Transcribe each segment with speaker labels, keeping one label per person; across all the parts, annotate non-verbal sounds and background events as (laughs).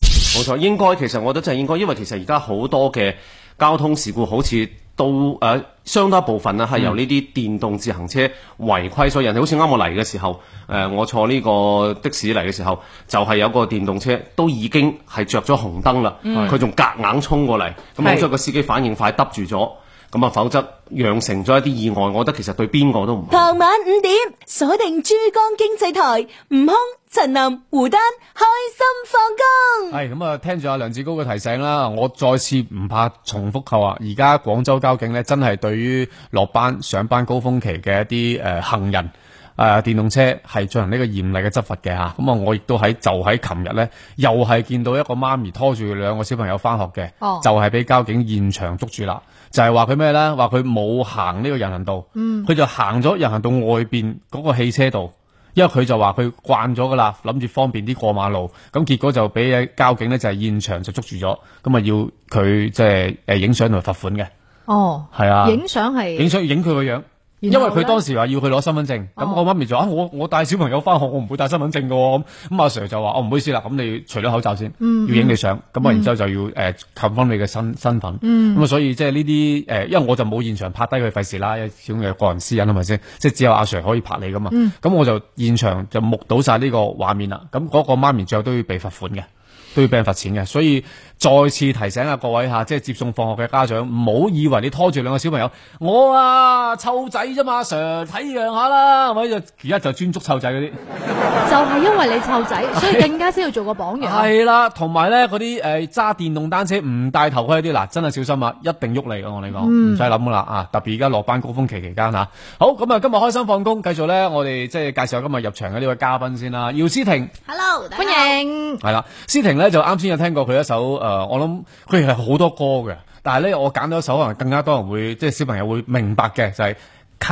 Speaker 1: 冇錯，應該其實我覺得真係應該，因為其實而家好多嘅交通事故好似都誒、呃相當一部分啦，係由呢啲電動自行車違規所引起。好似啱我嚟嘅時候，誒、我坐呢個的士嚟嘅時候，就係、有個電動車都已經係着咗紅燈啦，佢仲夾硬衝過嚟，咁好彩個司機反應快，揼住咗。咁啊，否則釀成咗一啲意外，我覺得其實對邊個都唔好。
Speaker 2: 傍晚五點，鎖定珠江經濟台，悟空、陳林、胡丹，開心放工。
Speaker 3: 系咁啊！聽住阿梁志高嘅提醒啦，我再次唔怕重複扣啊！而家廣州交警呢，真係對於落班上班高峰期嘅一啲誒、呃行人誒、呃、電動車係進行呢個嚴厲嘅執法嘅嚇。咁啊，我亦都喺就喺琴日呢，又係見到一個媽咪拖住兩個小朋友翻學嘅，
Speaker 4: 哦
Speaker 3: 就係俾交警現場捉住啦。就係話佢咩呢？話佢冇行呢個人行道，佢、就行咗人行道外邊嗰個汽車道。因為佢就話佢慣咗噶啦，諗住方便啲過馬路，咁結果就俾交警呢，就係、現場就捉住咗，咁啊要佢即係誒影相同埋罰款嘅，
Speaker 4: 哦，
Speaker 3: 係啊，
Speaker 4: 影相
Speaker 3: 影
Speaker 4: 係
Speaker 3: 相影佢個樣。因
Speaker 4: 然
Speaker 3: 為
Speaker 4: 後
Speaker 3: 佢
Speaker 4: 呢哦
Speaker 3: 當時話要佢攞身份證，咁、我媽咪就話、啊我我帶小朋友翻學，我唔會帶身份證嘅喎，咁咁阿 Sir 就話我哦唔好意思啦，咁你除咗口罩先，
Speaker 4: 嗯
Speaker 3: 要影你相，咁啊然之後就要誒 confirm 你嘅身身份，咁啊、
Speaker 4: 嗯
Speaker 3: 所以即係呢啲誒，因為我就冇現場拍低佢費事啦，因為始終有個人私隱係咪先？即係只有阿 Sir 可以拍你噶嘛，
Speaker 4: 嗯
Speaker 3: 咁、我就現場就目睹晒呢個畫面啦，咁嗰個媽咪最後都要被罰款嘅。都要俾人罰錢嘅。所以再次提醒下各位吓，即係接送放學嘅家長，唔好以為你拖住兩個小朋友，我啊湊仔啫嘛，Sir 體諒下啦，係咪？而家就專捉湊仔嗰啲，
Speaker 4: 就係因為你湊仔，所以更加先要做個榜樣。
Speaker 3: 係啦，同埋咧嗰啲誒揸電動單車唔戴頭盔嗰啲，嗱真係小心啊，一定喐你嘅，我同你講，唔使諗噶啦啊！特別而家落班高峰期期間嚇，好咁啊，今日開心放工，繼續咧，我哋即係介紹下今日入場嘅呢位嘉賓先啦，姚思婷。
Speaker 2: Hello，大家好
Speaker 4: 歡迎，
Speaker 3: 系啦，思婷咧就啱先有聽過佢一首诶、呃我諗佢係好多歌嘅，但係咧我揀咗一首可能更加多人會即係小朋友會明白嘅，就係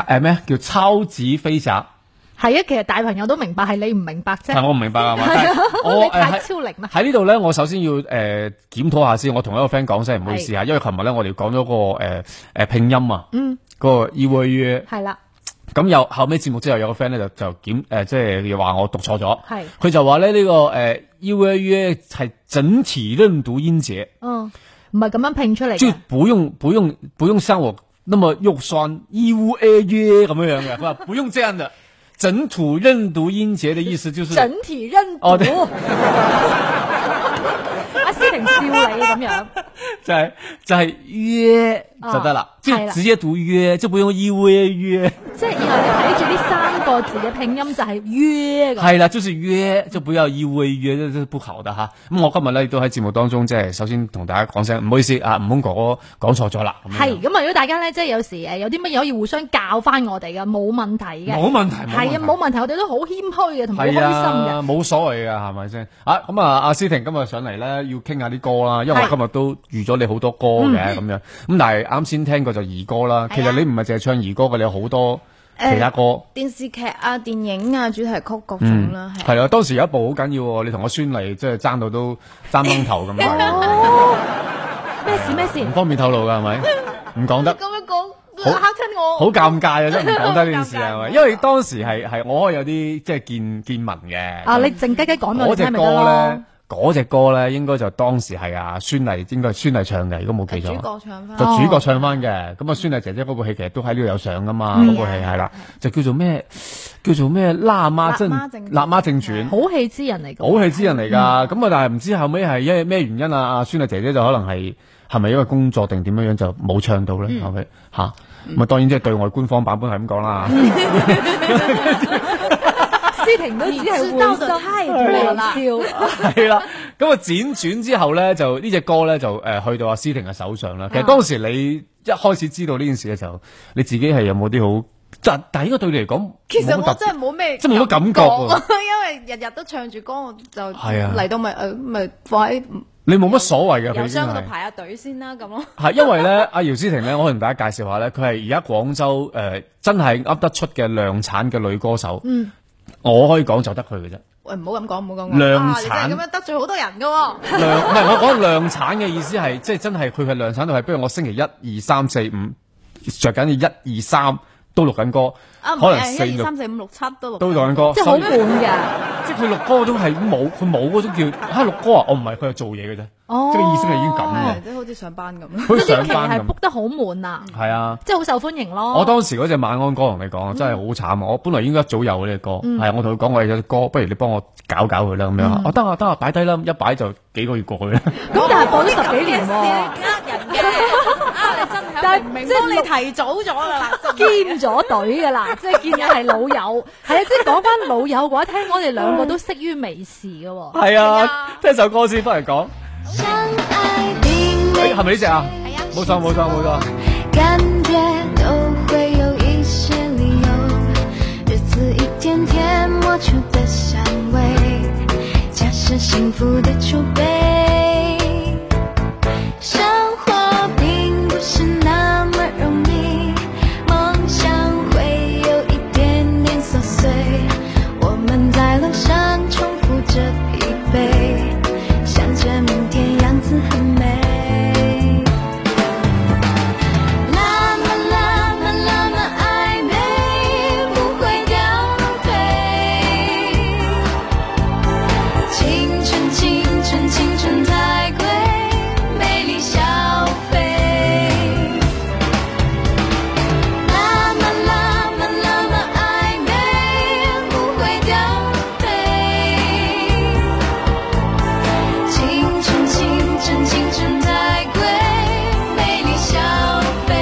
Speaker 3: 诶咩叫超子飛俠，
Speaker 4: 係啊，其實大朋友都明白，係你唔明白啫
Speaker 3: 但。我唔明
Speaker 4: (laughs)
Speaker 3: 白啊嘛，但係
Speaker 4: 你
Speaker 3: 我呃
Speaker 4: 太
Speaker 3: 喺
Speaker 4: 超齡啦。
Speaker 3: 喺呢度咧，我首先要诶检讨下先，我同一個 friend 講聲唔好意思啊，因為琴日咧我哋講咗個诶诶拼音啊，
Speaker 4: 嗯，
Speaker 3: 嗰個 e v u
Speaker 4: 係啦，
Speaker 3: 咁有後尾節目之後有個 friend 咧就就檢誒、呃即係話我讀錯咗，
Speaker 4: 係
Speaker 3: 佢就話咧呢個誒 U A U A 係整體認讀音節，
Speaker 4: 嗯，唔係咁樣拼出嚟
Speaker 3: 就
Speaker 4: 嘅。
Speaker 3: 不用不用不用像我那麼肉酸 U A U A 咁樣樣嘅，佢 (laughs) 話不用這樣的，整體認讀音節的意思就是
Speaker 4: 整體認 (laughs)
Speaker 3: 哦對
Speaker 4: 讀。阿思婷笑你咁樣，
Speaker 3: 就係、就係、約
Speaker 4: 啊
Speaker 3: 就得啦，就
Speaker 4: 係啦
Speaker 3: 直接讀約，就不用 U A U A，
Speaker 4: 即係以後你睇住呢三個字嘅拼音就係約咁。
Speaker 3: 係啦，就是約就不要 U A U A，這是不好的哈。咁我今日咧亦都喺節目當中，即係首先同大家講聲唔好意思啊，悟空哥哥講錯咗啦，咁樣
Speaker 4: 係咁啊！如果大家咧，即係有時誒有啲乜嘢可以互相教翻我哋嘅，冇問題嘅。
Speaker 3: 冇問題，
Speaker 4: 係啊，冇問題，我哋都好謙虛嘅，同埋好
Speaker 3: 系
Speaker 4: 開心嘅。
Speaker 3: 啊，冇所謂噶，係咪先？啊，咁啊，阿思婷今日上嚟咧，要傾下啲歌啦，因為我
Speaker 4: 係嗯
Speaker 3: 今日都預咗你好多歌嘅咁樣。咁但係啱先聽過就兒歌
Speaker 4: 啊
Speaker 3: 啦，其實你唔係淨係唱兒歌嘅，你有好多其他歌。
Speaker 2: 電視劇啊、電影啊、主題曲各種啦，係
Speaker 3: 係啊，當時有一部好緊要喎，你同我孫嚟即係爭到都爭崩頭
Speaker 4: (laughs)
Speaker 3: 咁樣，
Speaker 4: 哦咩事咩事
Speaker 3: 唔？方便透露㗎係咪？
Speaker 4: (laughs)
Speaker 3: 唔講得。
Speaker 2: 咁樣講
Speaker 3: 好
Speaker 2: 嚇親我。
Speaker 3: 好尷尬啊！真係唔講得呢件事
Speaker 2: 好尷尬
Speaker 3: 係咪？因為當時係係我可以有啲即係見見聞嘅。
Speaker 4: 啊！你靜雞雞講俾我
Speaker 3: 嗰
Speaker 4: 哋聽
Speaker 3: 只
Speaker 4: 咪
Speaker 3: 歌
Speaker 4: 得咯
Speaker 3: 咧。，嗰只歌咧，應該就當時係阿孫麗，應該係孫麗唱嘅，如果冇記
Speaker 2: 主
Speaker 3: 錯，
Speaker 2: 角唱翻
Speaker 3: 就
Speaker 4: 哦
Speaker 3: 主角唱翻嘅。咁啊，孫麗姐姐嗰部戲其實都喺呢度有上噶嘛，
Speaker 4: 嗯
Speaker 3: 嗰部戲係啦，就叫做咩？叫做咩？辣媽真
Speaker 2: 辣媽正傳
Speaker 3: 辣媽正傳。
Speaker 4: 好嗯戲之人嚟嘅。
Speaker 3: 好戲之人嚟㗎，咁啊，但係唔知後尾係因為咩原因啊？阿孫麗姐姐就可能係係咪因為工作定點樣樣就冇唱到
Speaker 4: 嗯
Speaker 3: 咧？後尾吓，咁啊、當然即係對外官方版本係咁講啦。
Speaker 4: 思婷都只係
Speaker 2: 你知道得
Speaker 4: 會
Speaker 2: 太
Speaker 4: 心
Speaker 2: 多
Speaker 4: 微
Speaker 2: 啦
Speaker 4: 笑。
Speaker 3: 系啦，咁啊輾轉之後咧，就呢只歌咧就诶、呃去到阿思婷嘅手上
Speaker 2: 啊
Speaker 3: 啦。其實當時你一開始知道呢件事嘅時候，你自己係有冇啲好？但但係呢個對你嚟講，
Speaker 2: 其實
Speaker 3: 冇乜
Speaker 2: 我
Speaker 3: 特別
Speaker 2: 真係冇咩，
Speaker 3: 真係冇乜感覺喎
Speaker 2: 因為日日都唱住歌，我就
Speaker 3: 係啊
Speaker 2: 嚟到咪誒咪放喺
Speaker 3: 你冇乜所謂嘅，佢
Speaker 2: 郵
Speaker 3: 已經
Speaker 2: 箱嗰
Speaker 3: 係
Speaker 2: 度排下隊先啦，咁咯。
Speaker 3: 係因為咧，阿姚思婷咧，我可以同大家介紹下咧，佢係而家廣州诶、呃真係噏得出嘅量產嘅女歌手。嗯，我可以講就得佢嘅啫。
Speaker 2: 喂，唔好咁講，唔好咁講。
Speaker 3: 量
Speaker 2: 啊你真係
Speaker 3: 產
Speaker 2: 咁樣得罪好多人噶喎。
Speaker 3: (laughs)
Speaker 4: 啊
Speaker 3: 量唔係我講量產嘅意思係，即係真係佢係量產到係，不如我星期一、二、三、四、五着緊嘅一二三都錄緊歌，
Speaker 5: 啊，唔
Speaker 3: 可能四
Speaker 5: 係一二
Speaker 3: 六
Speaker 5: 三四五六七都錄。
Speaker 3: 都錄緊歌，
Speaker 4: 即係好
Speaker 3: 所以
Speaker 4: 悶㗎。
Speaker 3: 即係佢錄歌嗰種係冇，佢冇嗰種叫嚇錄歌啊！我唔係佢係做嘢嘅啫，
Speaker 4: 哦
Speaker 3: 即係意思係已經咁嘅
Speaker 5: 係，，都好似上班咁。
Speaker 3: 好
Speaker 4: 即
Speaker 3: 似
Speaker 4: 係呢
Speaker 3: 上
Speaker 4: 期係
Speaker 3: 班咁
Speaker 4: book。得好滿啊，
Speaker 3: 係啊，
Speaker 4: 即係好受歡迎咯。
Speaker 3: 我當時嗰只晚安歌同你講，真係
Speaker 4: 嗯
Speaker 3: 好慘啊！我本來應該一早有呢只歌，係啊我同佢講我有隻歌，不如你幫我搞搞佢啦咁
Speaker 4: 嗯
Speaker 3: 樣。我得啊得啊，擺低啦，一擺就幾個月過去啦。
Speaker 4: 咁但係播咗十幾年
Speaker 5: 你呃
Speaker 4: 喎，
Speaker 5: 人嘅，呃你真係明明幫你提早咗噶啦，真係
Speaker 4: 兼咗隊㗎啦，即係見嘅係老友。係啊，即係講翻老友嘅話，聽我哋兩個都識於微時嘅喎。
Speaker 3: 係
Speaker 5: 係啊，
Speaker 3: 聽首歌先，翻嚟講，
Speaker 6: 相爱并没
Speaker 3: 哎係咪呢只啊？冇錯冇錯冇錯。
Speaker 6: 感觉都会有一些理由，日子一天天磨出的香味，家是幸福的储备。生活并不是那么容易，梦想会有一点点琐碎。我们在路上重复着疲惫，想着明天样子很美。那么那么那么暧昧，不会掉泪。青春青春青春太贵，美丽消费。那么那么那么暧昧，不会掉泪。青春，青春，青春太贵，美丽消费。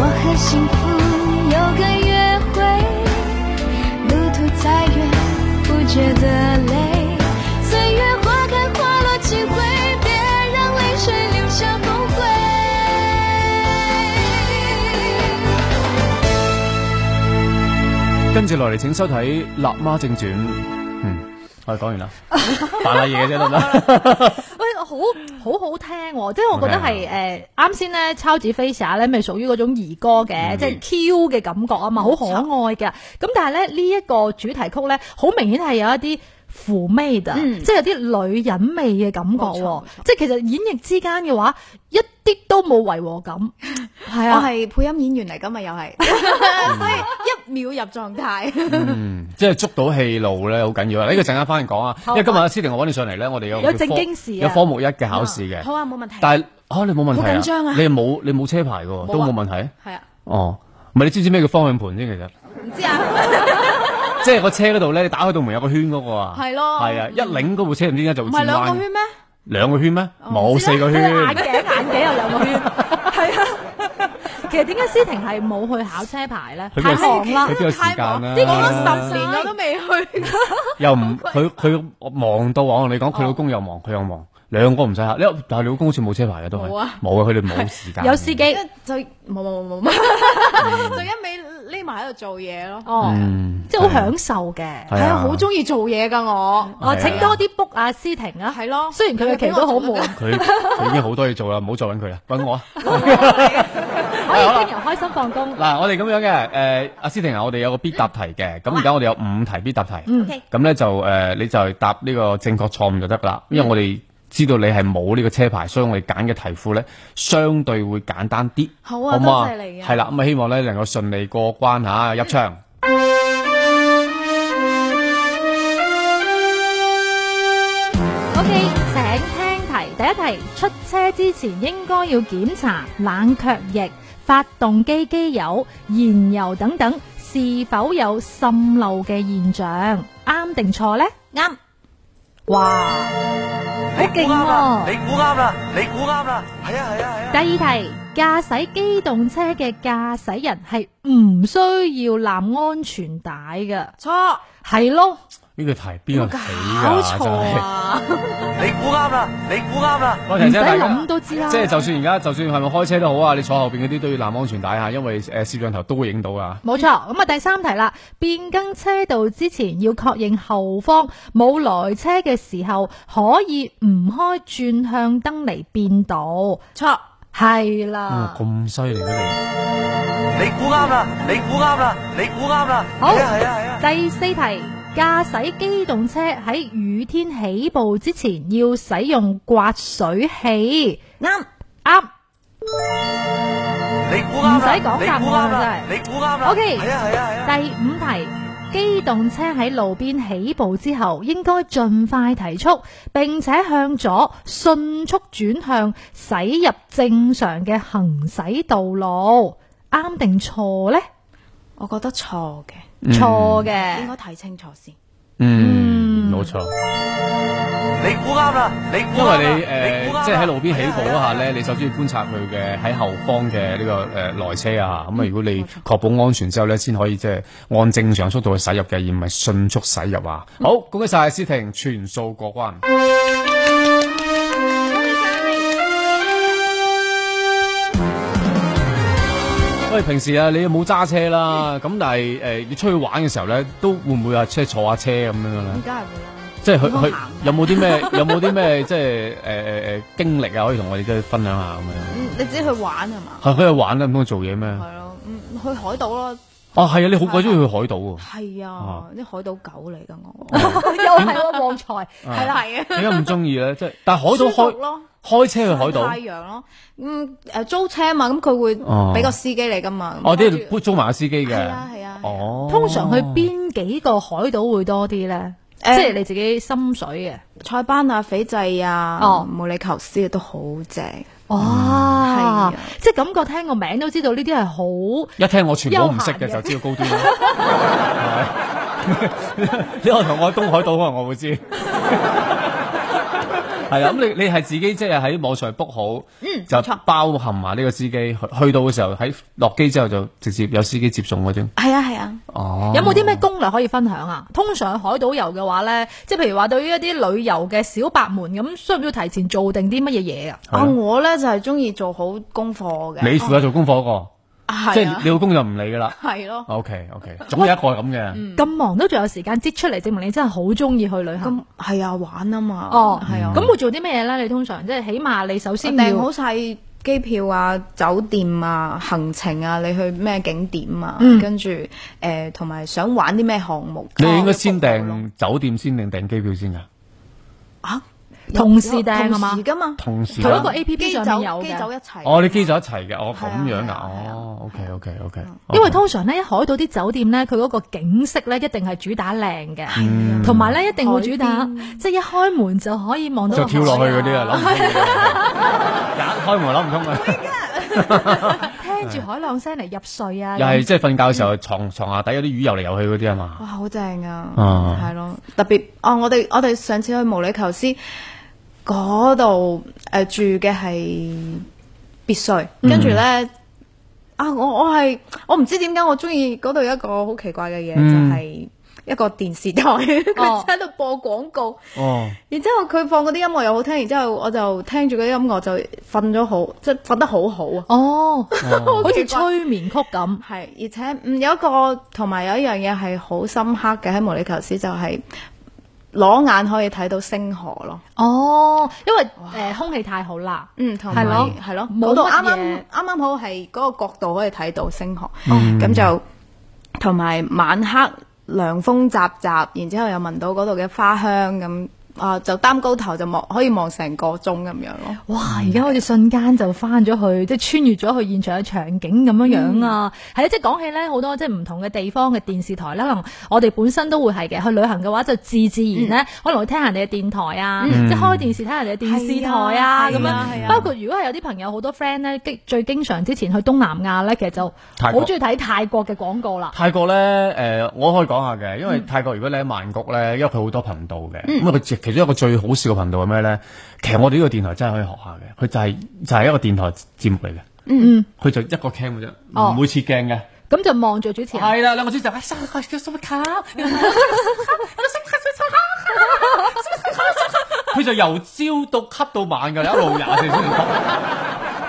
Speaker 6: 我和幸福有个约会，路途再远不觉得累。岁月花开花落几回，别让泪水留下后悔。
Speaker 3: 跟住落嚟，請收睇《辣媽正傳》。嗯，我哋講完啦，扮下嘢啫得唔 (laughs) 得？
Speaker 4: 喂，好好好聽喎！即係我覺得
Speaker 3: OK
Speaker 4: 係誒啱先咧，超子 Face 咧咪屬於嗰種兒歌嘅，
Speaker 5: 嗯
Speaker 4: 即係 Q 嘅感覺啊嘛，好可愛嘅。咁但係咧呢一個主題曲咧，好明顯係有一啲。妩媚嘅，
Speaker 5: 嗯
Speaker 4: 即係有啲女人味嘅感覺
Speaker 5: 冇錯
Speaker 4: 喎
Speaker 5: 冇錯，
Speaker 4: 即係其實演繹之間嘅話，一啲都冇違和
Speaker 5: (laughs)
Speaker 4: 感，係
Speaker 5: 我
Speaker 4: 啊，
Speaker 5: 係配音演員嚟噶嘛，
Speaker 3: (laughs)
Speaker 5: 又係，所以一秒入狀態。
Speaker 3: 嗯，即係捉到戲路咧，好緊要啊！呢個陣間翻嚟講啊，因
Speaker 4: 好
Speaker 3: 為今日阿思婷我揾你上嚟咧，我哋有
Speaker 4: 有
Speaker 3: 個
Speaker 4: 正
Speaker 3: 科
Speaker 4: 經事啊
Speaker 3: 有科目一嘅考試嘅，
Speaker 5: 好啊，冇問題。
Speaker 3: 但係啊你冇問題
Speaker 5: 好緊張啊
Speaker 3: 你冇你冇車牌嘅喎，都冇問題。
Speaker 5: 係啊，
Speaker 3: 哦，唔係你知唔知咩叫方向盤先？其實
Speaker 5: 唔知啊，
Speaker 3: (laughs) 即係個車嗰度咧，你打開道門有個圈嗰個啊，
Speaker 5: 係咯
Speaker 3: 係啊，一擰嗰部車唔知點解就會
Speaker 5: 唔係
Speaker 3: 轉彎
Speaker 5: 兩個。圈哦咩？
Speaker 3: 兩個圈咩？冇四個
Speaker 4: 佢
Speaker 3: 圈。
Speaker 5: 啊
Speaker 4: 眼鏡眼鏡有兩個
Speaker 5: (laughs)
Speaker 4: 圈，係啊。其實點解思婷係冇去考車牌咧？
Speaker 3: 佢邊
Speaker 5: 哦啊
Speaker 4: 太忙
Speaker 3: 有啊
Speaker 4: 啦
Speaker 3: 佢，邊有時間
Speaker 5: 呢
Speaker 3: 啊？
Speaker 5: 個十年我都未去。
Speaker 3: 又唔佢佢忙到我同你講，
Speaker 5: 哦
Speaker 3: 佢老公又忙，佢又忙，兩個唔使考。因為但係你老公好似冇車牌嘅都係，
Speaker 5: 冇啊
Speaker 3: 冇啊，佢哋冇時間。
Speaker 4: 有司機
Speaker 5: (laughs) 就冇冇冇冇冇，就一味匿埋喺度做嘢咯。
Speaker 4: 哦，
Speaker 3: 嗯，
Speaker 4: 即係好享受嘅。
Speaker 3: 係
Speaker 5: 係啊，好中意做嘢噶我。
Speaker 4: 哦，
Speaker 3: 係啊
Speaker 4: 請多啲 book 啊，思婷啊。
Speaker 5: 係咯
Speaker 4: 雖然佢嘅期都好
Speaker 5: 你俾我
Speaker 4: 悶，
Speaker 3: 佢佢已經好多嘢做啦，唔好再揾佢啦，揾我啊！
Speaker 4: 可以經由開心放工。
Speaker 3: 嗱，我哋咁樣嘅，誒，阿思婷啊，我哋有個必答題嘅，咁而家我哋有五題必答題，咁咧就誒，你就答呢個正確錯誤就得啦，因為我哋知道你係冇呢個車牌，所以我哋揀嘅題庫咧相對會簡單啲，
Speaker 5: 好啊
Speaker 3: 唔好啊
Speaker 5: 多謝你啊
Speaker 3: 係啦，咁啊希望咧能夠順利過關嚇入場。
Speaker 4: OK，請聽題。第一題，出車之前應該要檢查冷卻液、發動機機油、燃油等等是否有滲漏嘅現象，啱定錯呢？
Speaker 5: 啱，
Speaker 4: 哇，好
Speaker 5: 哎
Speaker 4: 勁喎！
Speaker 7: 估啱啊啦，你估啱啦，係啊係啊係啊。
Speaker 4: 第二題，駕駛機動車嘅駕駛人係唔需要攬安全帶嘅，
Speaker 5: 錯，
Speaker 4: 係咯？
Speaker 3: 呢個題啊邊個
Speaker 5: 有
Speaker 3: 死
Speaker 5: 搞
Speaker 3: 㗎？
Speaker 5: 錯啊！
Speaker 7: 你估啱啦，你估啱啦。
Speaker 4: 唔
Speaker 3: 真係！唔
Speaker 4: 使諗都知啦。
Speaker 3: 即係就算而家，就算係咪開車都好啊，你坐後邊嗰啲都要攬安全帶啊嚇，因為誒攝像頭都會影到啊。
Speaker 4: 冇錯，咁啊第三題啦，變更車道之前要確認後方冇來車嘅時候，可以唔開轉向燈嚟變道，
Speaker 5: 錯，
Speaker 4: 係
Speaker 3: 哇
Speaker 4: 啦。
Speaker 3: 咁犀利啊
Speaker 7: 你估啱啦，你估啱啦，你估啱啦。
Speaker 4: 好
Speaker 7: 係啊係啊係啊。
Speaker 4: 第四題，駕駛機動車喺雨天起步之前要使用刮水器，
Speaker 5: 啱，
Speaker 4: 啱。
Speaker 7: 你你估啱啦，
Speaker 4: 唔使講答案
Speaker 7: 你估啱啦，
Speaker 4: 真
Speaker 7: 你估啱啦
Speaker 4: OK
Speaker 7: 係啊係啊係啊，
Speaker 4: 第五題，機動車喺路邊起步之後，應該盡快提速，並且向左迅速轉向，駛入正常嘅行駛道路。啱定錯呢？
Speaker 5: 我覺得錯嘅，
Speaker 4: 錯
Speaker 5: 應
Speaker 4: 嘅，
Speaker 5: 該睇清楚先。
Speaker 3: 嗯，冇錯，
Speaker 7: 你估啱啦，啊你估
Speaker 3: 因
Speaker 7: 啱啦
Speaker 3: 為你诶
Speaker 7: 你，估啱啦
Speaker 3: 即係喺路邊起步嗰下
Speaker 7: 係啊係啊
Speaker 3: 咧，你首先要觀察佢嘅喺後方嘅呢個诶內車啊，咁啊，
Speaker 7: 嗯
Speaker 3: 如果你
Speaker 5: 冇錯
Speaker 3: 確保安全之後咧，先可以即係按正常速度去駛入嘅，而唔係迅速駛入啊。
Speaker 7: 嗯
Speaker 3: 好，恭喜晒思婷全數過關。喂，平時啊，你又冇揸車啦，咁但係诶，你出去玩嘅時候咧，都會唔會啊，即係坐下車咁樣咧？
Speaker 5: 咁梗係會啦。
Speaker 3: 即係佢
Speaker 5: 點樣
Speaker 3: 佢
Speaker 5: 行啊
Speaker 3: 有冇啲咩 (laughs) 有冇啲咩即係诶诶诶经历啊，可以同我哋即係分享下咁樣。
Speaker 5: 嗯你只去玩係嘛？
Speaker 3: 係去玩啦，唔通做嘢咩？
Speaker 5: 係咯，嗯，去海島咯。
Speaker 3: 哦，係啊，你好鬼中意去海島喎，
Speaker 5: 係啊
Speaker 3: 啊，
Speaker 5: 啲海島狗嚟㗎我。
Speaker 3: 哦
Speaker 4: 又係我旺財。
Speaker 5: 係啦，係啊。
Speaker 3: 點解唔中意咧？即係但係海
Speaker 5: (laughs)
Speaker 3: 島
Speaker 5: 舒服
Speaker 3: 開
Speaker 5: 咯。
Speaker 3: 開車去海
Speaker 5: 太
Speaker 3: 島，
Speaker 5: 陽咯，嗯誒租車嘛，咁佢會
Speaker 3: 哦
Speaker 5: 俾個司機嚟噶嘛。
Speaker 3: 哦，
Speaker 5: 跟
Speaker 3: 啲
Speaker 5: 住
Speaker 3: 租租埋個司機嘅，
Speaker 5: 係啊係啊係啊
Speaker 3: 哦，
Speaker 4: 通常去邊幾個海島會多啲呢？即
Speaker 5: 誒
Speaker 4: 係你自己心水嘅。
Speaker 5: 塞班啊、斐濟啊
Speaker 4: 哦、
Speaker 5: 毛里求斯啊都好正。
Speaker 4: 哇
Speaker 5: 係啊，
Speaker 4: 即係感覺聽個名都知道呢啲係好
Speaker 3: 一聽我全部都唔識嘅
Speaker 4: 休閒嘅
Speaker 3: 就知道高端啦。係 (laughs) 因為同我喺東海島可能我會知。係啊，咁你你係自己即係喺網上 book 好，就
Speaker 5: 嗯冇錯
Speaker 3: 包含埋呢個司機去去到嘅時候，喺落機之後就直接有司機接送嗰種。
Speaker 5: 係啊係啊，
Speaker 3: 哦，
Speaker 4: 有冇啲咩攻略可以分享啊？通常去海島遊嘅話呢，即係譬如話對於一啲旅遊嘅小白門咁，需唔需要提前做定啲乜嘢嘢啊？
Speaker 5: 啊我咧就係中意做好功課嘅。
Speaker 3: 你負責做功課嗰個，即
Speaker 5: 啊係
Speaker 3: 係
Speaker 5: 啊嗯
Speaker 3: 你老公就唔理噶啦。
Speaker 5: 係咯，
Speaker 4: 哦
Speaker 3: OK OK，總有一個係咁嘅。
Speaker 5: 嗯
Speaker 4: 咁忙都仲有時間擠出嚟，證明你真係好中意去旅行。
Speaker 5: 咁係啊玩啊嘛。
Speaker 4: 哦，
Speaker 5: 係
Speaker 3: 嗯
Speaker 5: 啊。
Speaker 4: 咁會做啲咩嘢呢？你通常即係起碼你首
Speaker 5: 我
Speaker 4: 先
Speaker 5: 訂好
Speaker 4: 要
Speaker 5: 晒機票啊、酒店啊、行程啊，你去咩景點啊，
Speaker 4: 嗯
Speaker 5: 跟住誒同埋想玩啲咩項目。
Speaker 3: 你
Speaker 5: 哦
Speaker 3: 應該先。
Speaker 5: 都 book 好咯
Speaker 3: 訂酒店先定訂機票先㗎，
Speaker 5: 啊，
Speaker 4: 同時訂啊嘛
Speaker 5: 同時噶嘛，
Speaker 3: 同時
Speaker 4: 同
Speaker 3: 啦
Speaker 4: 一個 A P P
Speaker 5: 機酒
Speaker 4: 上面有
Speaker 5: 機酒一
Speaker 4: 嘅。
Speaker 5: 齊。啊
Speaker 3: 哦，你機就一齊嘅，哦
Speaker 5: 係
Speaker 3: 咁
Speaker 5: 啊
Speaker 3: 樣
Speaker 5: 係
Speaker 3: 噶，
Speaker 5: 啊嗯係啊
Speaker 3: 哦，OK 哦 OK OK，
Speaker 4: 因為通常呢，海島啲酒店呢，佢嗰個景色呢，一定係主打靚
Speaker 3: 嗯
Speaker 4: 嘅，同埋呢，一定會主打，即係一開門就可以望到
Speaker 3: 就
Speaker 4: 個
Speaker 3: 跳落去
Speaker 4: 海啊
Speaker 3: 嗰啲啊，諗唔通嘅，一 (laughs) 開門諗唔通啊，
Speaker 4: 聽住海浪聲嚟入睡啊，
Speaker 3: 又係即係瞓覺嘅時候，床床下底有啲魚游嚟游去嗰啲啊嘛，
Speaker 5: 哇，好正啊！
Speaker 3: 啊
Speaker 5: 係咯，特別哦，我哋我哋上次去毛里求斯嗰度誒住嘅係別墅，
Speaker 3: 嗯
Speaker 5: 跟住咧啊，我我係我唔知點解我中意嗰度有一個好奇怪嘅嘢，
Speaker 3: 嗯
Speaker 5: 就係一個電視台，佢喺度播廣告。
Speaker 3: 哦，
Speaker 5: 然之後佢放嗰啲音樂又好聽，然之後我就聽住嗰啲音樂就瞓咗好，即係瞓得好好啊！
Speaker 4: 哦，好
Speaker 5: 奇
Speaker 4: 似
Speaker 5: 怪
Speaker 4: 催眠曲咁。
Speaker 5: 係，而且嗯有一個同埋有一樣嘢係好深刻嘅喺毛里求斯就係、裸眼可以睇到星河咯，
Speaker 4: 哦，因為誒空氣太好啦。
Speaker 5: 嗯，同
Speaker 4: 係
Speaker 5: 埋
Speaker 4: 咯
Speaker 5: 係咯，
Speaker 4: 冇
Speaker 5: 嗰度
Speaker 4: 乜
Speaker 5: 啱啱
Speaker 4: 嘢
Speaker 5: 啱啱好係嗰個角度可以睇到星河，
Speaker 4: 嗯
Speaker 5: 咁就同埋晚黑涼風習習，然之後又聞到嗰度嘅花香咁，啊就擔高頭就望可以望成個鐘咁樣咯。
Speaker 4: 哇！而家好似瞬間就翻咗去，即係穿越咗去現場嘅場景咁樣樣啊！
Speaker 5: 嗯
Speaker 4: 係啊，即係講起咧好多即係唔同嘅地方嘅電視台啦，可能我哋本身都會係嘅。去旅行嘅話就自自然
Speaker 5: 嗯
Speaker 4: 咧，可能會聽人哋嘅電台啊，即係開電視睇人哋嘅電視台啊
Speaker 5: 係
Speaker 4: 咁
Speaker 5: 啊係啊係
Speaker 4: 樣。
Speaker 5: 啊
Speaker 4: 包括如果係有啲朋友好多 friend 咧，經最經常之前去東南亞咧，其實就
Speaker 3: 泰國
Speaker 4: 好中意睇泰國嘅廣告啦。
Speaker 3: 泰國咧，誒、我可以講下嘅，因為泰國如果你喺曼谷咧，因為佢好多頻道嘅，咁啊佢、其其中一個最好笑嘅頻道係咩咧？其實我哋呢個電台真係可以學下嘅，佢就係、就係、一個電台節目嚟嘅，嗯，佢就一個 cam 嘅啫，唔、
Speaker 4: 哦
Speaker 3: 會設鏡嘅。
Speaker 4: 咁就望住主持人。
Speaker 3: 係啦，兩個主持人，哎生個叫什麼卡？佢就由朝到咳到晚㗎，你一路廿四小時咳。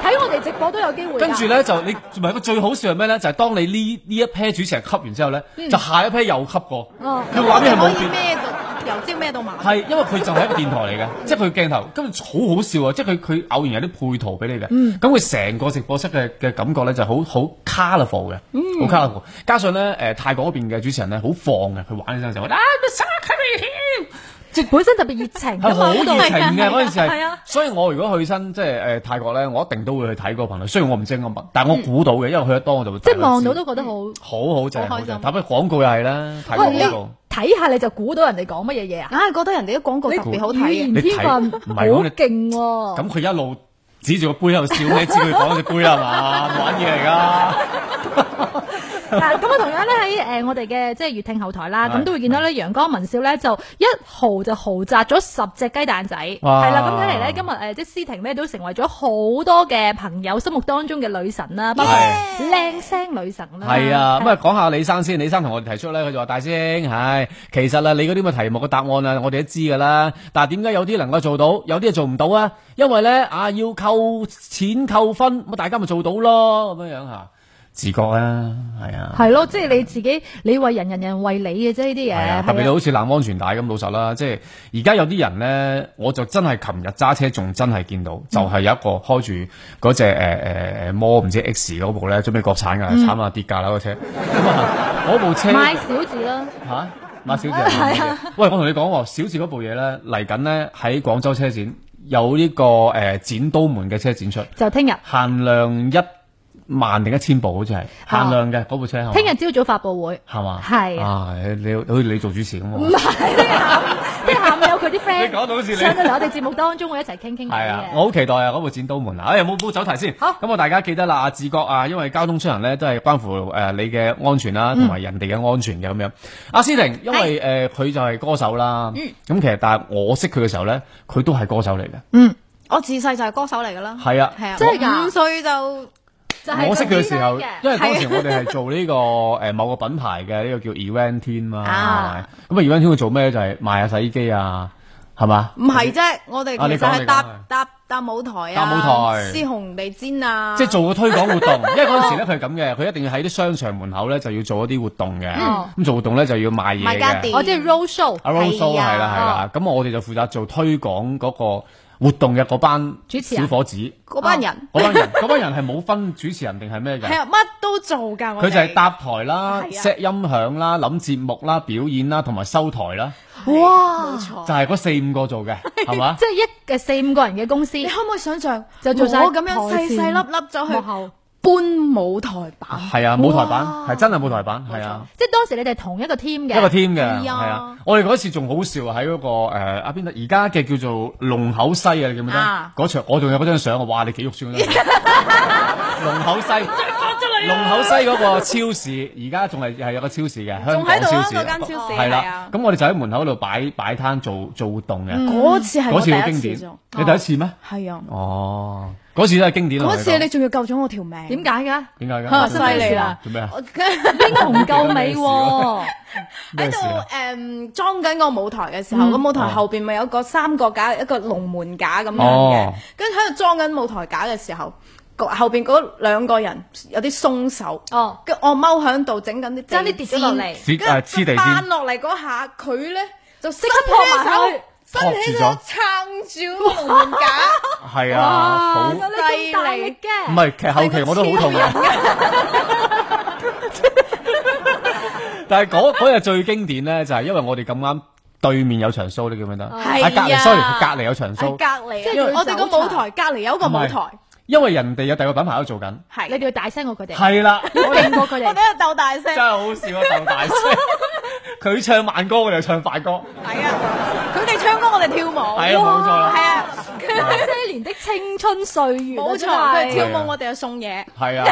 Speaker 4: 睇我哋直播都有機會㗎。
Speaker 3: 跟住咧就你唔係個最好笑係咩咧？就係、當你呢呢一 pair 主持人吸完之後咧，就下一 pair 又吸過，
Speaker 4: 哦
Speaker 3: 佢畫面係
Speaker 5: 可
Speaker 3: 冇
Speaker 5: 以
Speaker 3: 變。
Speaker 5: 咩到由朝咩到晚。
Speaker 3: 係，因為佢就係一個電台嚟嘅，即係佢鏡頭，跟住好好笑啊！即係佢佢偶然有啲配圖俾你
Speaker 4: 嗯
Speaker 3: 嘅，咁佢成個直播室嘅嘅感覺咧就好好 colourful 嘅，
Speaker 4: 嗯
Speaker 3: 好 colourful。加上咧誒泰國嗰邊嘅主持人咧好放嘅，佢玩起身就話啊，咩 s a k 即
Speaker 4: 即本身特別熱情
Speaker 3: 係
Speaker 4: 㗎嘛，
Speaker 3: 好熱情嘅嗰陣時
Speaker 4: 係
Speaker 3: 係
Speaker 4: 啊，
Speaker 3: 所以我如果去親即係誒泰國咧，我一定都會去睇嗰個頻率。雖然我唔知啱乜，但我估到嘅，因為去得多我就會
Speaker 4: 嗯即
Speaker 3: 大概
Speaker 4: 係
Speaker 3: 知。
Speaker 4: 望到都覺得好。
Speaker 3: 好好正，
Speaker 5: 好開
Speaker 3: 好
Speaker 5: 心
Speaker 3: 正。打乜廣告又係啊啦，泰國
Speaker 4: 喂，你
Speaker 3: 廣告。
Speaker 4: 睇下你就估到人哋講乜嘢嘢啊？
Speaker 5: 硬係覺得人哋啲廣告特別好睇啊
Speaker 4: 語
Speaker 5: 嘅。
Speaker 4: 言天分
Speaker 3: 你睇唔係
Speaker 4: 好
Speaker 3: 我哋
Speaker 4: 勁喎！
Speaker 3: 咁佢一路指住個杯喺度笑，你知佢講只杯啦係啊嘛？ (laughs) 玩嘢嚟㗎。
Speaker 4: 嗱，咁啊，同樣咧喺誒我哋嘅即係月聽後台啦，
Speaker 3: 係
Speaker 4: 咁都會見到咧陽光文少咧就一豪就豪擲咗十隻雞蛋仔，係
Speaker 3: 哇
Speaker 4: 啦，咁睇嚟咧今日誒即係思婷咧都成為咗好多嘅朋友心目當中嘅女神啦，包括靚聲女神啦，
Speaker 3: 係啊，咁啊講下李生先，李生同我哋提出咧，佢就話大師兄，唉，其實啊，你嗰啲咁嘅題目嘅答案啊，我哋都知㗎啦。但係點解有啲能夠做到，有啲係做唔到啊？因為咧啊，要扣錢扣分，咁啊大家咪做到咯，咁樣樣嚇。自覺啊，係啊。
Speaker 4: 係咯，即係你自己，你為人人人為你嘅啫，呢啲嘢
Speaker 3: 係啊，
Speaker 4: 係
Speaker 3: 特別你
Speaker 4: 啊
Speaker 3: 好似冷安全帶咁，老實啦，即係而家有啲人咧，我就真係琴日揸車仲真係見到，就係有一個開住嗰只誒誒誒摩唔知 X 嗰部咧，準備國產㗎，慘啊跌價啦個車，咁啊嗰部車
Speaker 4: 買小字啦，
Speaker 3: 吓，馬
Speaker 4: (laughs)
Speaker 3: 啊小
Speaker 4: 啊
Speaker 3: 姐係咪喂，我同你講喎，小智嗰部嘢咧嚟緊咧喺廣州車展有呢個誒剪刀門嘅車展出，
Speaker 4: 就聽日，
Speaker 3: 限量一萬定一千部好似係限量嘅嗰部車係嘛，
Speaker 4: 聽日朝早發佈
Speaker 3: (laughs)
Speaker 4: 會，
Speaker 3: 係嘛？
Speaker 4: 係
Speaker 3: 啊，你好似你做主持咁啊
Speaker 4: 唔
Speaker 3: 喎。
Speaker 4: 係聽日下午，聽日下午有佢啲 friend，
Speaker 3: 你講到好似你
Speaker 4: 上到嚟我哋節目當中會一齊傾傾偈
Speaker 3: 係啊，
Speaker 4: 嘅
Speaker 3: 我。好期待啊！嗰部剪刀門啊，哎呀，冇冇走題先。
Speaker 4: 好
Speaker 3: 咁啊，大家記得啦，阿志國啊，因為交通出行咧都係關乎誒、呃你嘅安全啦，同埋人哋嘅安全嘅咁樣。阿思婷，因為誒佢、就係歌手啦，咁、其實但係我識佢嘅時候咧，佢都係歌手嚟嘅。
Speaker 5: 嗯，我自細就係歌手嚟噶啦。
Speaker 3: 係啊
Speaker 5: 係啊，
Speaker 4: 真係㗎
Speaker 5: 我五歲就
Speaker 4: 就係
Speaker 3: 我識佢嘅時候，
Speaker 4: 佢
Speaker 3: 因為當時我哋係做呢、個誒某個品牌嘅呢、個叫 Event 天嘛，
Speaker 5: 啊
Speaker 3: 係咪咁啊 Event 天佢做咩就係賣下洗衣機啊，係嘛？
Speaker 5: 唔係啫，我哋
Speaker 3: 啊你
Speaker 5: 其實
Speaker 3: 講你
Speaker 5: 係
Speaker 3: 講
Speaker 5: 搭搭搭舞台啊，
Speaker 3: 搭舞台
Speaker 5: 撕紅地氈啊，
Speaker 3: 即係做個推廣活
Speaker 5: (laughs)
Speaker 3: 動，因為嗰陣時咧佢係咁嘅，佢一定要喺啲商場門口咧就要做一啲活動嘅，
Speaker 4: 嗯
Speaker 3: 咁做活動咧就要賣嘢
Speaker 5: 賣家電
Speaker 3: 嘅。
Speaker 4: 我哦即係 road show
Speaker 3: 阿 Rose 係
Speaker 5: 係啊
Speaker 3: 啦係啦，咁我哋就負責做推廣嗰個活動嘅嗰班
Speaker 4: 主持
Speaker 3: 小
Speaker 4: 人
Speaker 3: 伙子，嗰
Speaker 5: 嗰班
Speaker 4: 哦
Speaker 5: 人
Speaker 3: 班人 (laughs) 嗰班人係冇分主持人定係咩嘅
Speaker 5: 係。啊，乜都做噶。我
Speaker 3: 佢
Speaker 5: 哋
Speaker 3: 就係搭台啦、
Speaker 5: 係啊
Speaker 3: set 音響啦、諗節目啦、表演啦，同埋收台啦，
Speaker 4: 哇！
Speaker 5: 冇錯
Speaker 3: 就。係嗰四五個
Speaker 5: (laughs)
Speaker 3: 做嘅，係嘛
Speaker 4: 即？係一嘅四五個人嘅公司
Speaker 5: 你，可唔可以想象
Speaker 4: 就做晒
Speaker 5: 我咁樣
Speaker 4: 台
Speaker 5: 細
Speaker 4: 前
Speaker 5: 細粒粒走去
Speaker 4: 幕後
Speaker 5: 搬舞台板？
Speaker 3: 係啊，舞台版係真係舞台版，係啊。
Speaker 4: 即係當時你哋同一個 team 嘅，
Speaker 3: 一個 team 嘅，係
Speaker 5: 係啊
Speaker 3: 啊，我哋嗰次仲好笑啊喺嗰個誒阿邊度，而家嘅叫做龍口西啊，你記唔記得
Speaker 5: 啊？
Speaker 3: 嗰場我仲有嗰張相啊，哇！你幾肉酸嗰張相
Speaker 5: (laughs)
Speaker 3: 龍口西，
Speaker 5: 啊
Speaker 3: 龍口西嗰個超市，而家仲係係有個超市嘅，香
Speaker 5: 仲
Speaker 3: 港
Speaker 5: 喺度
Speaker 3: 超
Speaker 5: 啊
Speaker 3: 市，
Speaker 5: 嗰間超市
Speaker 3: 係
Speaker 5: 係
Speaker 3: 啦
Speaker 5: 啊。
Speaker 3: 咁我哋就喺門口度擺擺攤做做活動嘅，
Speaker 5: 嗰次係
Speaker 3: 嗰
Speaker 5: 我
Speaker 3: 次好
Speaker 5: 第
Speaker 3: 經
Speaker 5: 一
Speaker 3: 典
Speaker 5: 次做，。
Speaker 3: 你第一次咩？
Speaker 5: 係啊，
Speaker 3: 哦，嗰次都係經典啊。
Speaker 5: 嗰次
Speaker 3: 我哋
Speaker 5: 你仲要救咗我條命。
Speaker 4: 點解嘅？
Speaker 3: 講點解
Speaker 5: 嚇
Speaker 3: 㗎？
Speaker 5: 犀利啦
Speaker 3: 做咩啊？
Speaker 5: 我
Speaker 4: 英雄救美
Speaker 3: (laughs)
Speaker 4: 喎，
Speaker 3: 咩
Speaker 5: 喺
Speaker 3: 事
Speaker 5: 度
Speaker 3: 啊？
Speaker 5: 誒裝緊個舞台嘅時候，個舞台後邊咪有個三個架，一個龍門架咁樣
Speaker 3: 哦
Speaker 5: 嘅。跟住喺度裝緊舞台架嘅時候，個後邊嗰兩個人有啲鬆手，
Speaker 4: 哦，
Speaker 5: 跟住我踎喺度整緊啲
Speaker 4: 爭啲跌咗落嚟
Speaker 5: 地氈，
Speaker 3: 黐誒黐地
Speaker 5: 跟住
Speaker 3: 氈
Speaker 5: 翻。落嚟嗰下，佢咧就即
Speaker 4: 刻撲埋去，
Speaker 5: 伸起手
Speaker 3: 撲
Speaker 5: 撐住個龍門架，
Speaker 3: 係啊，
Speaker 4: (laughs)
Speaker 3: 好
Speaker 4: 哇，有你咁大力
Speaker 3: 唔
Speaker 4: 嘅，
Speaker 3: 係，其實後期我都好痛啊嘅。但係嗰嗰日最經典咧，就係因為我哋咁啱對面有場 show，你記唔記得？
Speaker 5: 係
Speaker 3: 隔離
Speaker 5: 啊
Speaker 3: sorry，隔離有場
Speaker 5: 喺
Speaker 3: show，
Speaker 5: 隔離，
Speaker 4: 即係
Speaker 5: 因為
Speaker 4: 佢
Speaker 5: 我哋個
Speaker 4: 走
Speaker 5: 舞台隔離有一個舞
Speaker 3: 唔係
Speaker 5: 台，
Speaker 3: 因為人哋有第二個品牌喺度做緊。
Speaker 4: 你
Speaker 5: 係
Speaker 4: 哋要大聲過佢哋，
Speaker 3: 係啦，
Speaker 4: 要勁過佢
Speaker 5: 我哋
Speaker 4: 哋，
Speaker 5: 喺度鬥大聲
Speaker 3: 真。係好笑啊！鬥
Speaker 5: (laughs)
Speaker 3: 大聲，佢唱慢歌，我哋唱快歌，
Speaker 5: 係啊，佢哋唱歌，我哋跳舞。
Speaker 3: 係啊冇錯啦
Speaker 5: 係啊，
Speaker 4: 那些年的青春歲月啊，
Speaker 5: 冇錯，
Speaker 4: 真
Speaker 5: 佢哋
Speaker 4: 係
Speaker 5: 跳舞，我哋就送嘢。
Speaker 3: 係啊，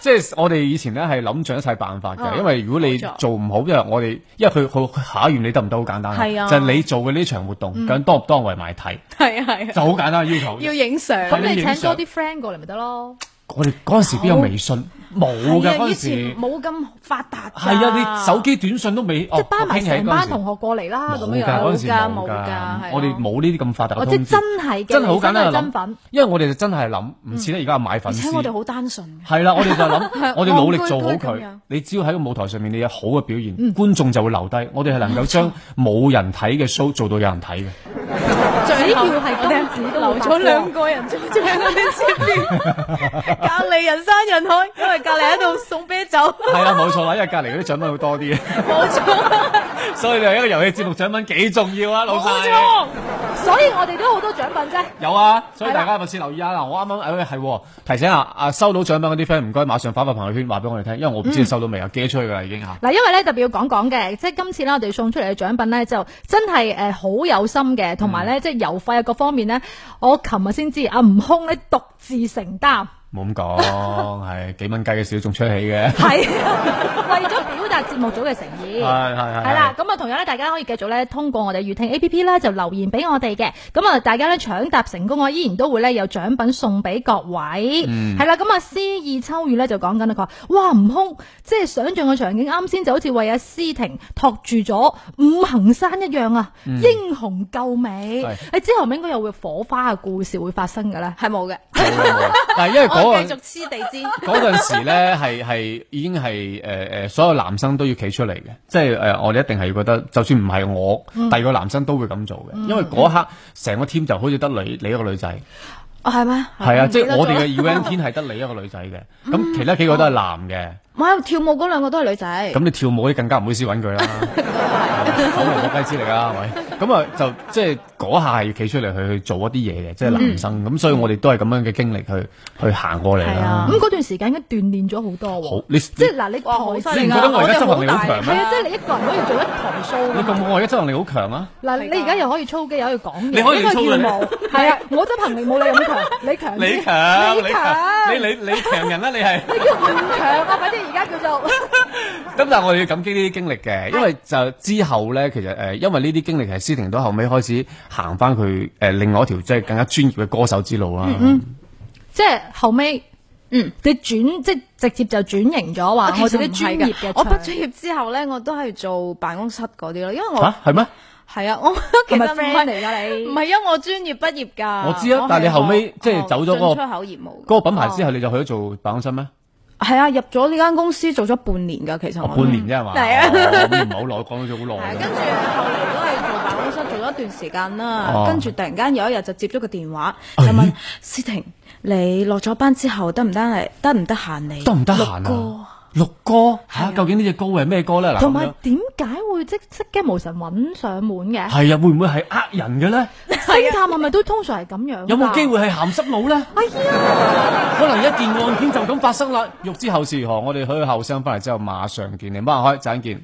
Speaker 3: 即係我哋以前咧係諗盡一切辦法嘅，因為如果你
Speaker 5: 哦冇錯
Speaker 3: 做唔好，因為我哋因為佢佢佢考驗你得唔得好簡單，
Speaker 5: 係啊
Speaker 3: 就係你做嘅呢場活動，究竟多唔多為埋睇，
Speaker 5: (laughs) 係啊係
Speaker 3: 就
Speaker 5: 啊，
Speaker 3: 好簡單嘅要求。
Speaker 5: 要影相。
Speaker 4: 咁
Speaker 3: 你
Speaker 4: 你
Speaker 3: 影
Speaker 4: 請
Speaker 3: 相
Speaker 4: 多啲 friend 過嚟咪得咯，
Speaker 3: 我哋嗰陣時邊有微信？冇嘅
Speaker 5: 係啊
Speaker 3: 嗰
Speaker 5: 以
Speaker 3: 陣時
Speaker 5: 前，冇咁發達㗎。
Speaker 3: 係啊，你手機短信都未，哦
Speaker 4: 即係
Speaker 3: 即
Speaker 4: 包埋成班同學過嚟啦，咁
Speaker 3: 冇㗎，
Speaker 4: 樣
Speaker 3: 嗰
Speaker 4: 樣，
Speaker 3: 陣時冇
Speaker 5: 冇㗎冇㗎係啊
Speaker 3: 我哋冇呢啲咁發達
Speaker 4: 我
Speaker 3: 嘅
Speaker 4: 哦即係
Speaker 3: 通知
Speaker 4: 真，係嘅，
Speaker 3: 真係好簡單啊
Speaker 4: 真係真
Speaker 3: 嘅
Speaker 4: 粉嗯
Speaker 3: 諗，，因為我哋就真係諗，唔似咧而家買粉
Speaker 5: 而且我哋
Speaker 3: 絲。
Speaker 5: 好單純。
Speaker 3: 係啦，我哋
Speaker 4: (laughs)
Speaker 3: 就
Speaker 4: 啊
Speaker 3: 諗，我哋努力做好
Speaker 5: 戇居居咁
Speaker 3: 佢
Speaker 5: 樣。
Speaker 3: 你只要喺個舞台上面，你有好嘅表
Speaker 4: 嗯 (laughs)
Speaker 3: 現，觀眾就會留低。我哋係能夠將冇人睇嘅 show 做到有人睇嘅。
Speaker 4: 只要係金子都
Speaker 5: 留
Speaker 4: 冇
Speaker 5: 咗
Speaker 4: 兩
Speaker 5: 兩個人組長嗰啲先
Speaker 3: (laughs)
Speaker 5: 面，隔離人山人海，因為隔離喺度送啤酒，
Speaker 3: 系啦，啊冇錯啦，因為隔離嗰啲獎品會多啲，
Speaker 5: 冇
Speaker 3: (laughs)
Speaker 5: 錯，
Speaker 3: 所以你話一個遊戲節目獎品幾重要啊，老
Speaker 5: 冇
Speaker 3: 細。
Speaker 5: 錯。
Speaker 4: 所以我哋都好多獎品啫。
Speaker 3: 有啊，所以大家密切留意啊！嗱，我啱啱誒係喎提醒下啊，收到獎品嗰啲 friend 唔該馬上發發朋友圈話俾我哋聽，因為我唔知你收到未啊，寄咗出去㗎啦已經嚇。
Speaker 4: 嗱，因為咧特別要講講嘅，即係今次咧我哋送出嚟嘅獎品咧就真係誒好有心嘅，同埋咧
Speaker 3: 嗯
Speaker 4: 即係郵費啊各方面咧，我琴日先知阿悟空咧獨自承擔。
Speaker 3: 冇咁講，係幾蚊雞嘅事都仲出起嘅。
Speaker 4: 係為咗表達節目組嘅誠意。
Speaker 3: (laughs) 係係係
Speaker 4: 係啦，咁啊，同樣咧，大家可以繼續咧通過我哋粵聽 A P P 咧就留言俾我哋嘅，咁啊，大家咧搶答成功，我依然都會咧有獎品送俾各位，
Speaker 3: 嗯
Speaker 4: 係啦、咁啊，詩意秋雨咧就講緊啦，佢話：哇，悟空，即係想象嘅場景，啱先就好似為阿詩婷托住咗五行山一樣啊，英雄救美
Speaker 3: 嗯係，
Speaker 4: 你之後咪應該有會火花嘅故事會發生嘅咧，
Speaker 5: 係冇嘅，
Speaker 3: 但係因為
Speaker 5: (laughs) 我
Speaker 3: 嗰
Speaker 5: 繼
Speaker 3: 陣
Speaker 5: 續黐地氈。
Speaker 3: 嗰陣時咧係係已經係誒誒所有男生都要企出嚟嘅，即係誒、呃我哋一定係要覺得，就算唔係我，
Speaker 5: 嗯
Speaker 3: 第二個男生都會咁做嘅，因為嗰一刻成個 team 就好似得你你一個女仔。
Speaker 5: 哦，係咩？
Speaker 3: 係啊，即係我哋嘅
Speaker 5: 唔記
Speaker 3: U
Speaker 5: 得咗
Speaker 3: N 天係得你一個女仔嘅，
Speaker 5: 嗯
Speaker 3: 咁其他幾個都係男嘅，
Speaker 5: 唔係跳舞嗰兩個都係女仔
Speaker 3: 咁。你跳舞嗰啲更加唔好意思揾佢啦，口無冇雞之力啦，係咪？咁啊就即係嗰下係要企出嚟去去做一啲嘢嘅，即係男生，咁所以我哋都係咁樣嘅經歷去去行過嚟
Speaker 5: 係
Speaker 3: 啦
Speaker 5: 啊。
Speaker 4: 咁嗰段時間應該鍛鍊咗好多
Speaker 3: 好
Speaker 4: 喎，，
Speaker 3: 你
Speaker 4: 即係嗱，你
Speaker 5: 哇好
Speaker 4: 台
Speaker 5: 犀
Speaker 4: 前
Speaker 5: 利
Speaker 3: 你唔
Speaker 5: 啊
Speaker 3: 覺得我而家執行力好強
Speaker 4: 係
Speaker 3: 咩？
Speaker 4: 啊，即係你一個人可以做一台 show
Speaker 3: 你
Speaker 4: 㗎
Speaker 3: 覺唔
Speaker 4: 嘛
Speaker 3: 覺我而家執行力好強啊？
Speaker 4: 嗱，你而家又可以操機，又可以講嘢，
Speaker 1: 你可以
Speaker 4: 應該
Speaker 1: 操
Speaker 4: 跳
Speaker 1: 嘅
Speaker 3: (laughs)
Speaker 4: 舞，係啊，我執行力冇你咁強，你強啲，
Speaker 3: 強，
Speaker 4: 你強，
Speaker 3: 你你你強人啦，你係。
Speaker 4: 你叫唔強啊？反正而家叫做
Speaker 3: 咁但係我哋要感激呢啲經歷嘅，因為就之後咧，其實誒、呃因為呢啲經歷係思婷到後尾開始行翻佢誒另外一條即係更加專業嘅歌手之路啦。
Speaker 4: (laughs)
Speaker 3: 啊
Speaker 4: 即係後尾，
Speaker 5: 嗯，
Speaker 4: 你轉即係直接就轉型咗
Speaker 3: 啊
Speaker 4: 話，我
Speaker 5: 其實
Speaker 4: 哋
Speaker 5: 唔
Speaker 4: 啲專
Speaker 5: 係
Speaker 4: 業嘅
Speaker 5: 㗎我畢咗
Speaker 4: 場
Speaker 5: 業之後咧，我都係做辦公室嗰啲咯，因為我
Speaker 3: 吓係咩？
Speaker 5: 係啊，我其
Speaker 4: 係咪
Speaker 5: 實唔
Speaker 4: friend 嚟
Speaker 5: 係
Speaker 4: 㗎你
Speaker 5: 唔？係啊因為我專業畢業㗎。
Speaker 3: 我知啊
Speaker 5: 係
Speaker 3: 但係你後尾
Speaker 5: 學
Speaker 3: 即係走咗嗰個
Speaker 5: 學進出口業務㗎。哦
Speaker 3: 嗰個品牌之後你就去咗做辦公室咩？
Speaker 5: 係啊，入咗呢間公司做咗半年㗎，其實
Speaker 3: 哦
Speaker 5: 我
Speaker 3: 半年啫係嘛？
Speaker 5: 係啊
Speaker 3: 哦咁唔係好耐，講咗好耐
Speaker 5: 係啊
Speaker 3: 啦
Speaker 5: 跟。住後嚟都係做辦公室做咗一段時間
Speaker 3: 哦哎
Speaker 5: 啦，跟住突然間有一日就接咗個電話，就問思婷：你落咗班之後得唔得嚟？得唔得閒嚟？
Speaker 3: 得唔得閒啊？六哥吓，究竟呢只歌係咩歌咧？嗱，
Speaker 4: 同
Speaker 3: 咁
Speaker 4: 埋
Speaker 3: 樣
Speaker 4: 點解會即即驚無神揾上門嘅？
Speaker 3: (laughs) 係啊，會唔會係呃人嘅咧？
Speaker 4: 星探係咪都通常係咁樣㗎？
Speaker 3: 有冇機會係鹹濕佬咧？
Speaker 4: 哎呀，
Speaker 3: 可能一哦件案件就咁發生啦。欲知後事如何，我哋去後生翻嚟之後馬上見你，孖開陣見。